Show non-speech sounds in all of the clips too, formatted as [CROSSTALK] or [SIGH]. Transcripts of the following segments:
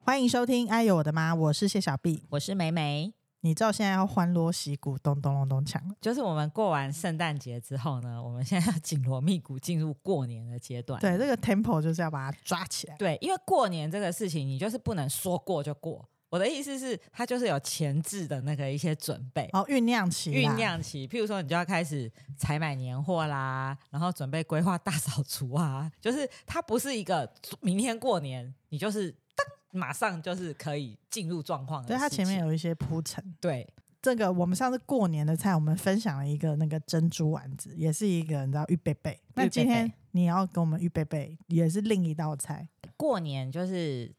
欢迎收听《哎呦我的妈》，我是谢小 B。我是梅梅。你知道现在要欢锣喜鼓，咚咚隆咚锵了。就是我们过完圣诞节之后呢，我们现在要紧锣密鼓进入过年的阶段。对，这个 tempo 就是要把它抓起来。对，因为过年这个事情，你就是不能说过就过。我的意思是，它就是有前置的那个一些准备。哦，酝酿起，酝。酿期，譬如说你就要开始采买年货啦，然后准备规划大扫除啊，就是它不是一个明天过年，你就是当马上就是可以进入状况的事对，情。它前面有一些铺陈。对这个我们上次过年的菜，我们分享了一个那个珍珠丸子，也是一个你知道玉贝贝。那今天你要给我们玉贝贝，也是另一道菜。过年就是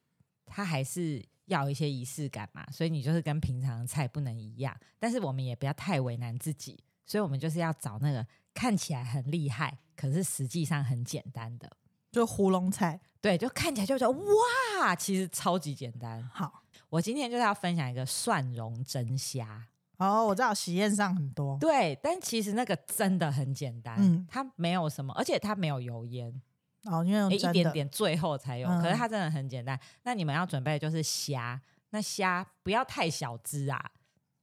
它还是要一些仪式感嘛，所以你就是跟平常的菜不能一样，但是我们也不要太为难自己，所以我们就是要找那个看起来很厉害，可是实际上很简单的。就胡龙菜，对，就看起来就觉得哇，其实超级简单。好，我今天就是要分享一个蒜蓉蒸虾，哦，我知道喜宴上很多，对，但其实那个真的很简单，嗯它没有什么，而且它没有油烟，哦，因为用诶蒸的一点点最后才有，嗯可是它真的很简单。那你们要准备的就是虾，那虾不要太小只啊，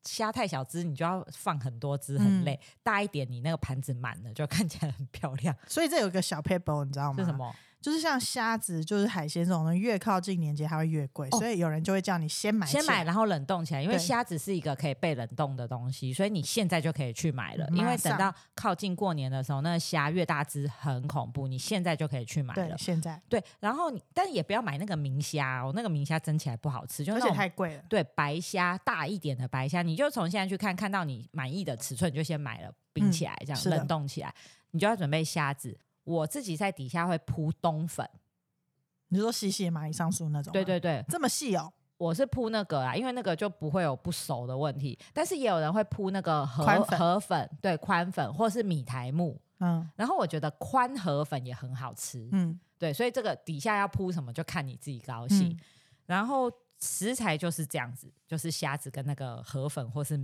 虾太小只你就要放很多只，嗯很累。大一点，你那个盘子满了就看起来很漂亮。所以这有一个小 paper，你知道吗？是什？么？就是像虾子，就是海鲜这种东西，越靠近年节它会越贵，哦所以有人就会叫你先买起来，先买，然后冷冻起来，因为对虾子是一个可以被冷冻的东西，所以你现在就可以去买了。马因上为等到靠近过年的时候，那个虾越大只很恐怖，你现在就可以去买对了，。现在，对，然后你但也不要买那个明虾哦，那个明虾蒸起来不好吃，就而是且那太种贵了。对白虾大一点的白虾，你就从现在去看，看到你满意的尺寸，你就先买了，冰起来，这样、嗯是的冷冻起来，你就要准备虾子。我自己在底下会铺冬粉，你说细细蚂蚁上树那种吗，啊对对对，这么细哦，我是铺那个啊，因为那个就不会有不熟的问题。但是也有人会铺那个河宽粉河粉，对宽粉或是米苔木。嗯然后我觉得宽河粉也很好吃，嗯对，所以这个底下要铺什么就看你自己高兴。嗯然后食材就是这样子，就是虾子跟那个河粉或是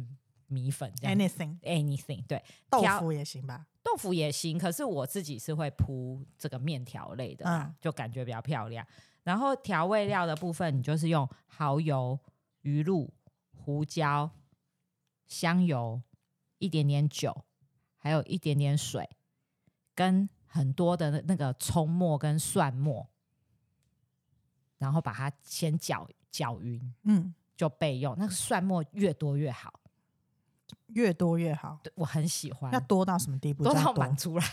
米粉这样子。 ，anything， anything 对豆挑腐也行吧，豆腐也行，可是我自己是会铺这个面条类的啦，嗯就感觉比较漂亮。然后调味料的部分，你就是用蚝油、鱼露、胡椒、香油、一点点酒，还有一点点水，跟很多的那那个葱末跟蒜末，然后把它先搅搅匀嗯，就备用。那个蒜末越多越好，越多越好，对我很喜欢要，多到什么地步多叫到多？满出来。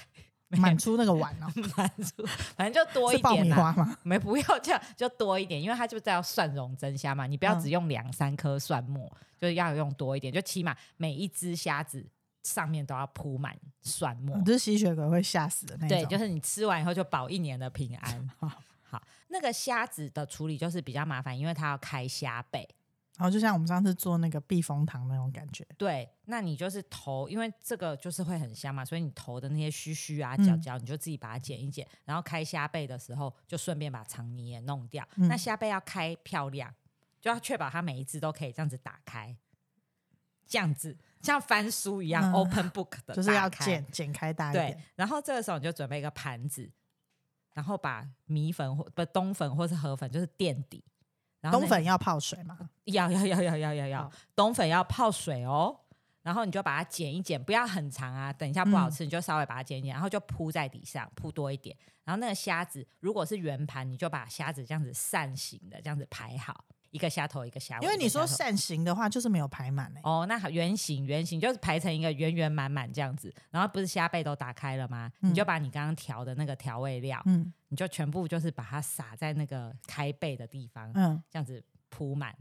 满出那个碗哦，满足，反正就 [LAUGHS] 多是一爆点米啦。花吗？没不要这样，就多一点，因为它就叫蒜蓉蒸虾嘛，你不要嗯只用两三颗蒜末，就是要用多一点，就起码每一只虾子上面都要铺满蒜末。就是吸血鬼会吓死的那种，哦对，就是你吃完以后就保一年的平安。 [LAUGHS] 好好，那个虾子的处理就是比较麻烦，因为它要开虾背。然后就像我们上次做那个避风塘那种感觉，对，那你就是头，因为这个就是会很香嘛，所以你头的那些须须啊、嗯角角，你就自己把它剪一剪，然后开虾背的时候，就顺便把肠泥也弄掉。嗯那虾背要开漂亮，就要确保它每一只都可以这样子打开，这样子像翻书一样、嗯 open book [LAUGHS] 的，就是要。剪剪开大一对点，，然后这个时候你就准备一个盘子，然后把米粉或不冬粉或是河粉就是垫底，然后冬那粉要泡水嘛，要要要要要要好要，冬粉要泡水哦。然后你就把它剪一剪，不要很长啊，等一下不嗯好吃，你就稍微把它剪一剪，然后就铺在底上，铺多一点。然后那个虾子，如果是圆盘，你就把虾子这样子扇形的这样子排好，一个虾头一个虾尾。因为一你个虾说头扇形的话，就是没有排满欸嘞，哦，那好，圆形圆形就是排成一个圆圆满满这样子，然后不是虾背都打开了吗？嗯你就把你刚刚调的那个调味料，嗯你就全部就是把它撒在那个开背的地方，嗯，这样子铺满，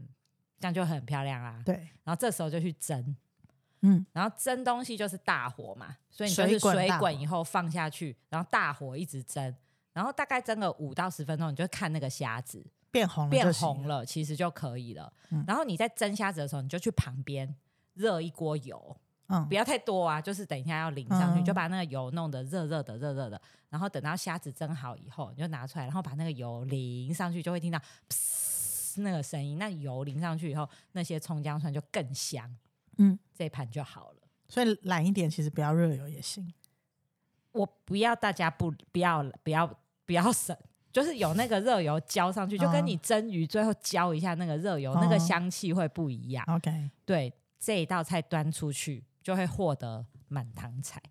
这样就很漂亮啦、对，然后这时候就去蒸，嗯，然后蒸东西就是大火嘛，所以你就水是滚水大火滚以后放下去，然后大火一直蒸，然后大概蒸个五到十分钟，你就看那个虾子变红了嗯就变行红，了，其实就可以了。嗯然后你在蒸虾子的时候，你就去旁边热一锅油，嗯不，要太多啊，就是等一下要淋上去，嗯就把那个油弄得热热的、热热的，然后等到虾子蒸好以后，你就拿出来，然后把那个油淋上去，就会听到噗那个声音。那油淋上去以后，那些葱姜蒜就更香，嗯嗯，这一盘就好了。所以懒一点，其实不要热油也行。我不要大家不不要不要不要省，就是有那个热油浇上去，就跟你蒸鱼最后浇一下那个热油，那个哦香气会不一样。 OK，对，这一道菜端出去就会获得满堂彩，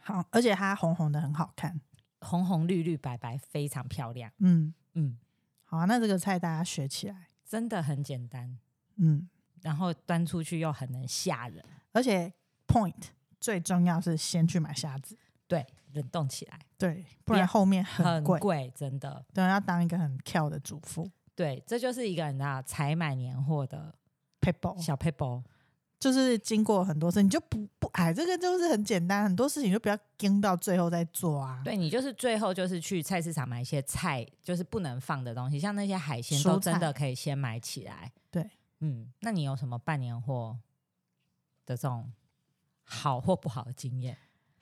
好，而且它红红的很好看。红红绿绿白白，非常漂亮。嗯，嗯，好啊，那这个菜大家学起来。真的很简单，嗯，然后端出去又很能吓人。而且 point 最重要是先去买虾子，对，冷冻起来对，不别然后面很很贵。真的。对，要当一个很跳的主妇对，这就是一个人啊，采买年货的 people，小 paper。就是经过很多事，你就不不哎，这个就是很简单，很多事情就不要跟到最后再做啊。对你就是最后就是去菜市场买一些菜，就是不能放的东西，像那些海鲜蔬都真的菜可以先买起来。对，嗯，那你有什么办年货的这种好或不好的经验？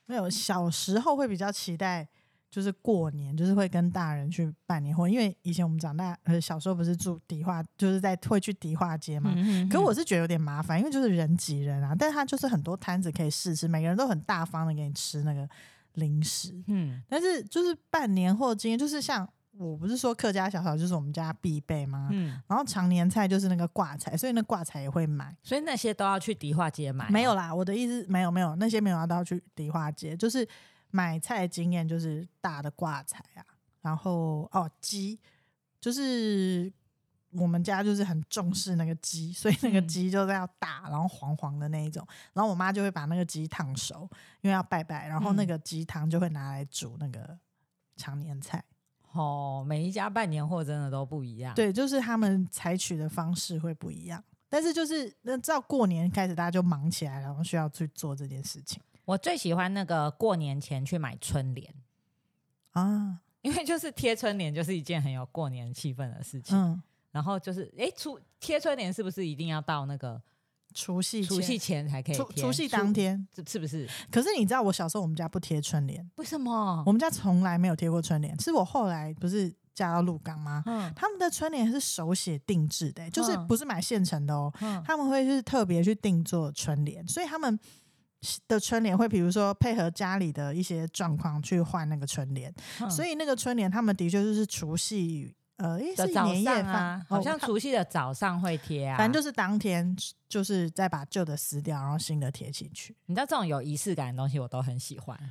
没有，小时候会比较期待，就是过年，就是会跟大人去办年货，因为以前我们长大，呃，小时候不是住迪化，就是在会去迪化街嘛。嗯可我是觉得有点麻烦，因为就是人挤人啊，但是它就是很多摊子可以试吃，每个人都很大方的给你吃那个零食。嗯但是就是办年货经验，就是像我不是说客家小炒就是我们家必备吗？嗯，然后常年菜就是那个挂菜，所以那挂菜也会买。所以那些都要去迪化街买，没有，啦，我的意思没有没有那些没有要到去迪化街，就是买菜的经验就是大的挂彩啊，然后哦鸡，就是我们家就是很重视那个鸡，所以那个嗯鸡就是要大，然后黄黄的那一种，然后我妈就会把那个鸡烫熟，因为要拜拜，然后那嗯个鸡汤就会拿来煮那个常年菜。哦，每一家办年货真的都不一样。，对，就是他们采取的方式会不一样。但是就是那到过年开始，大家就忙起来了，然后需要去做这件事情我最喜欢那个过年前去买春联，啊。因为就是贴春联就是一件很有过年气氛的事情。嗯，然后就是，哎，出贴春联是不是一定要到那个除夕除夕前前才可以除贴？除夕当天。是是不是？可是你知道，我小时候我们家不贴春联，为什么我？们家从来没有贴过春联。是我后来不是嫁到鹿港吗？嗯他们的春联是手写定制的、欸就是嗯不是买现成的哦、嗯他们会是特别去定做春联，所以他们的春联会比如说配合家里的一些状况去换那个春联。嗯所以那个春联，他们的确就是除夕，呃，诶的是早年夜上饭，啊，哦好像除夕的早上会贴啊。反正就是当天就是再把旧的撕掉，然后新的贴进去。你知道这种有仪式感的东西，我都很喜欢。 [LAUGHS]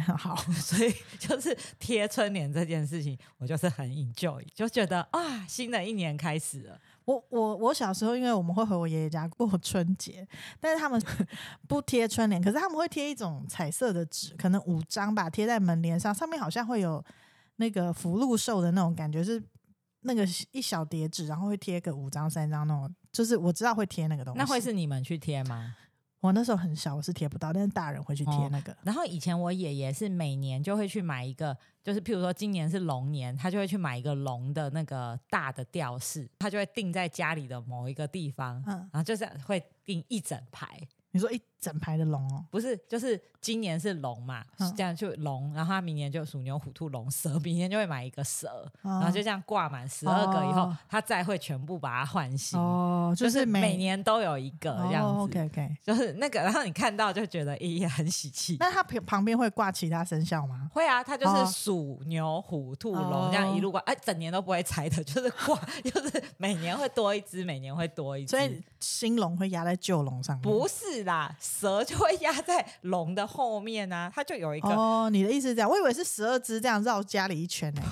[LAUGHS] 好，所以就是贴春联这件事情，我就是很 enjoy，就觉得啊，新的一年开始了。我我我小时候，因为我们会回我爷爷家过春节，但是他 [LAUGHS] 们不贴春联，可是他们会贴一种彩色的纸，可能五张吧，贴在门帘上，上面好像会有那个福禄寿的那种感觉，是那个一小叠纸，然后会贴个五张三张那种，就是我知道会贴那个东西。那会是你们去贴吗？我那时候很小，我是贴不到，但是大人会去贴哦那个。然后以前我爷爷是每年就会去买一个，就是譬如说今年是龙年，他就会去买一个龙的那个大的吊饰，他就会定在家里的某一个地方，嗯，然后就是会定一整排，你说一整排的龙哦，不是，就是今年是龙嘛，嗯这样就龙，然后他明年就属牛、虎、兔、龙、蛇，明年就会买一个蛇，然后就这样挂满十二个以后，哦他再会全部把它换新，哦，就是每年都有一个这样子。哦，OK OK。就是那个，然后你看到就觉得咦，也很喜气。那它旁旁边会挂其他生肖吗？会啊，它就哦是鼠、牛、虎、兔、龙这样一路挂，哎、整年都不会拆的，就是挂， [LAUGHS] 就是每年会多一只，每年会多一只。所以嗯新龙会压在旧龙上面。不是啦，蛇就会压在龙的后面啊，它就有一个、哦，你的意思是这样？我以为是十二只这样绕家里一圈 [LAUGHS] 呢、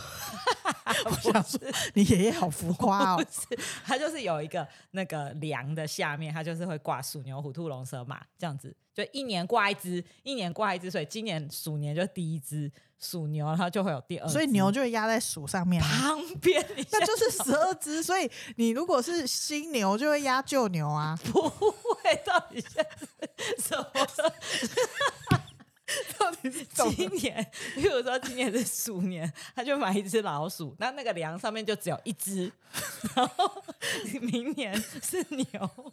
不我想说，你爷爷好浮夸哦。是，它就是有一个那个梁的下面，它就是会挂鼠、牛、虎、兔、龙、蛇、马这样子，就一年挂一只，一年挂一只，所以今年鼠年就第一只，鼠牛，然后就会有第二只，所以牛就会压在鼠上面啊，旁边你那就是十二只。所以你如果是新牛，就会压旧牛啊。 [LAUGHS] 不会到底现在是什么？到底是怎么今年，比如说今年是鼠年，他就买一只老鼠，那那个梁上面就只有一只，然后明年是牛，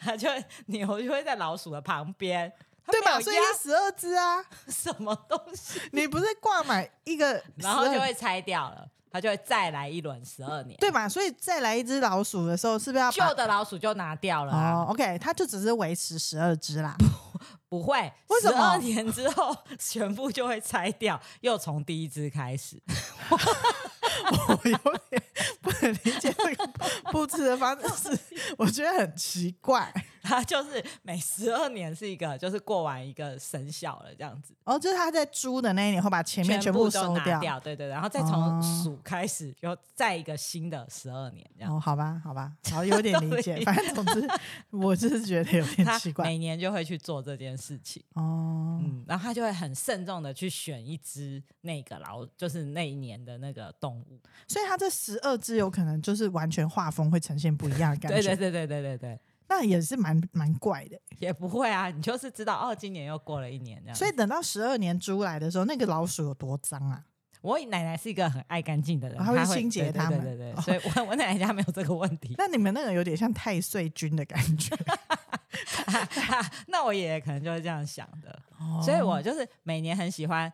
他就会牛就会在老鼠的旁边，它对吧？没有所以压是十二只啊。什么东西，你不是挂满一个12，然后就会拆掉了，他就会再来一轮十二年，对嘛？所以再来一只老鼠的时候，是不是要把旧的老鼠就拿掉了、啊，哦，OK，它就只是维持十二只啦。不会，为什十么二年之后全部就会拆掉，又从第一只开始。我有点不能理解这个布置的方式，我觉得很奇怪。 [LAUGHS] 它就是每十二年是一个，就是过完一个生肖了这样子，哦，就是他在租的那一年会把前面全部都收拿掉，对对，对然后再从哦鼠开始，就再一个新的十二年这样。哦，好吧，好吧，好，有点理解对。反正总之，我就是觉得有点他奇怪每年就会去做这件事情，哦。嗯，然后他就会很慎重的去选一只那个老，就是那一年的那个动物。所以他这十二只有可能就是完全画风会呈现不一样的感觉，对对对对对对对，那也是蛮蛮怪的。也不会啊，你就是知道哦，今年又过了一年这样。所以等到十二年猪来的时候，那个老鼠有多脏啊？我奶奶是一个很爱干净的人，啊她她会清洁对对它们对对对，哦所以我 [LAUGHS] 我奶奶家没有这个问题。 [LAUGHS] 那你们那个有点像太岁君的感觉，那我爷爷可能就是这样想的，哦 [LAUGHS] 所以我就是每年很喜欢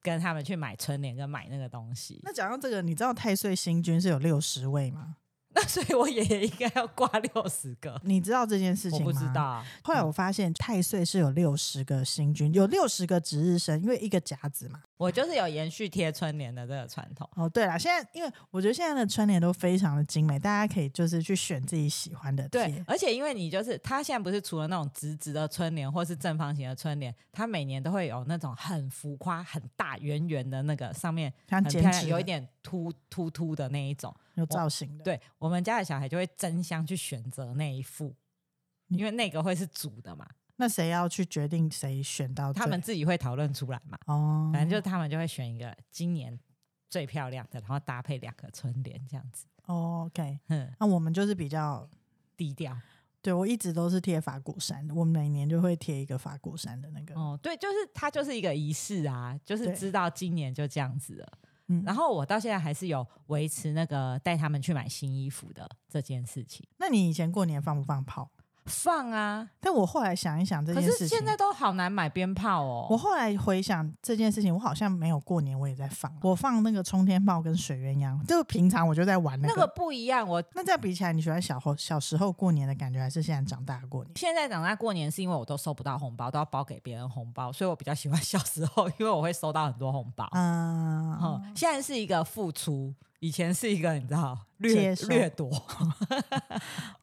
跟他们去买春联跟买那个东西。 [LAUGHS] 那讲到这个，你知道太岁星君是有六十位吗？那所以我爷爷应该要挂六十个，你知道这件事我情吗？不知道。啊。后来我发现太岁是有六十个星君，有六十个值日生，因为一个甲子嘛。我就是有延续贴春联的这个传统。哦，对了，现在因为我觉得现在的春联都非常的精美，大家可以就是去选自己喜欢的对贴，。而且因为你就是它现在不是除了那种直直的春联或是正方形的春联，它每年都会有那种很浮夸、很大、圆圆的那个，上面像很剪漂纸亮，的有一点凸凸凸的那一种。有造型的，对我们家的小孩就会争相去选择那一副，因为那个会是主的嘛，那谁要去决定谁选到他最们自己会讨论出来嘛。哦，反正就他们就会选一个今年最漂亮的，然后搭配两个春联这样子，哦 OK。哼，那我们就是比较，低调。对我一直都是贴法鼓山，我每年就会贴一个法鼓山的那个。哦，对，就是它就是一个仪式啊，就是对知道今年就这样子了。嗯然后我到现在还是有维持那个带他们去买新衣服的这件事情，那你以前过年放不放炮？放啊。但我后来想一想这可件是事情，现在都好难买鞭炮哦。我后来回想这件事情，我好像没有过年我也在放，啊哦我放那个冲天炮跟水鸳鸯，就平常我就在玩那那个。个不一样，我那这样比起来，你喜欢小后小时候过年的感觉，还是现在长大过年？现在长大过年是因为我都收不到红包，都要包给别人红包，所以我比较喜欢小时候，因为我会收到很多红包。嗯，哦，现在是一个付出，以前是一个你知道掠接受掠夺，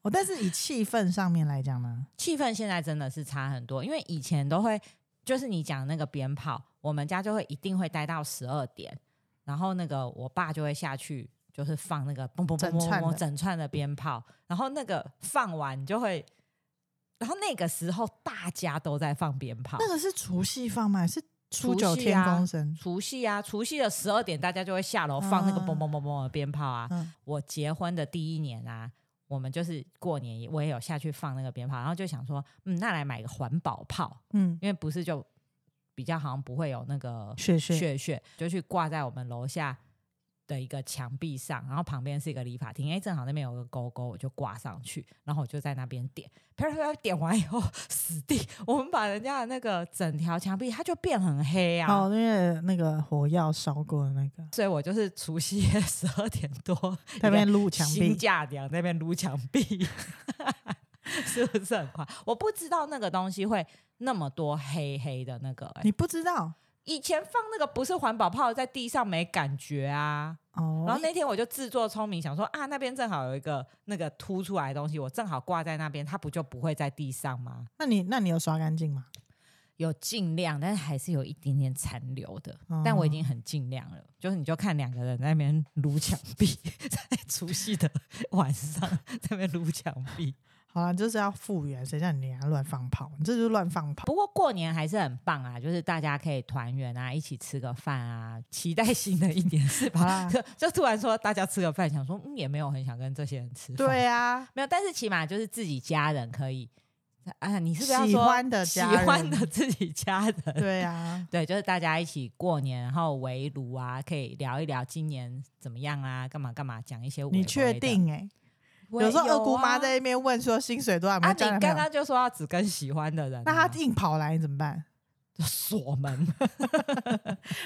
哦，但是以气氛上面来讲呢，气氛现在真的是差很多，因为以前都会，就是你讲那个鞭炮，我们家就会一定会待到十二点，然后那个我爸就会下去，就是放那个嘣嘣嘣整嘣串嘣的整串的鞭炮，然后那个放完你就会，然后那个时候大家都在放鞭炮那，个是除夕放吗？还是初哦除九夕天啊公生？除夕啊，除夕的十二点大家就会下楼放那个啊嘣嘣嘣嘣的鞭炮啊，嗯，我结婚的第一年啊，我们就是过年也我也有下去放那个鞭炮，然后就想说，嗯，那来买个环保炮，嗯，因为不是就比较好像不会有那个血血血血，就去挂在我们楼下的一个墙壁上，然后旁边是一个理发厅，哎，正好那边有个勾勾，我就挂上去，然后我就在那边点，啪啪啪点完以后死地，我们把人家的那个整条墙壁它就变很黑啊，哦，因为那个火药烧过的那 [LAUGHS] 个，所以我就是除夕夜十二点多在那一个边撸墙新壁，架梁在那边撸墙壁， [LAUGHS] 是不是很快？我不知道那个东西会那么多黑黑的那个、欸你不知道以前放那个不是环保炮，在地上没感觉啊。哦。然后那天我就自作聪明，想说啊，那边正好有一个那个凸出来的东西，我正好挂在那边，它不就不会在地上吗？那你那你有刷干净吗？有尽量，但是还是有一点点残留的。但嗯哦我已经很尽量了，就是你就看两个人在那边撸墙壁，在除夕的晚上在那边撸墙壁。好了，就是要复原，谁叫你人家乱放炮？你这就是乱放 [LAUGHS] 炮。不过过年还是很棒啊，就是大家可以团圆啊，一起吃个饭啊，期待新的一年是好啦，吧？ [LAUGHS] 就就突然说大家吃个饭，想说嗯也没有很想跟这些人吃饭，对啊，没有，但是起码就是自己家人可以啊，你是不是要说喜欢的喜家人欢的自己家人？对 [LAUGHS] 啊，对，就是大家一起过年，然后围炉啊，可以聊一聊今年怎么样啊，干嘛干嘛，讲一些微你确微的？定哎、我有时候啊二姑妈在那边问说薪水多少，啊，没你交男朋刚友刚就说要只跟喜欢的人啊、那她硬跑来你怎么办？就 [LAUGHS] 锁门，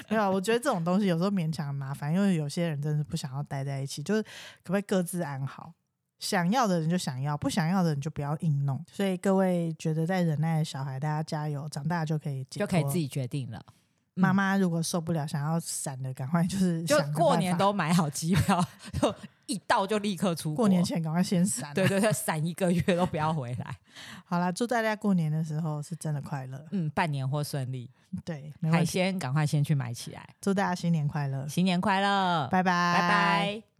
没有，我觉得这种东西有时候勉强麻烦，因为有些人真的不想要待在一起，就是可不可以各自安好？想要的人就想要，不想要的人就不要硬弄。所以各位觉得在忍耐的小孩，大家加油，长大就可以解就可以脱自己决定了。妈妈如果受不了，想要闪的，赶快就是就想个过办年法都买好机票，就一到就立刻出国。过年前赶快先闪。对对对，闪一个月都不要回来。好啦，祝大家过年的时候是真的快乐。嗯，半年或顺利，对，没海问题。鲜赶快先去买起来。祝大家新年快乐，新年快乐，拜拜，拜拜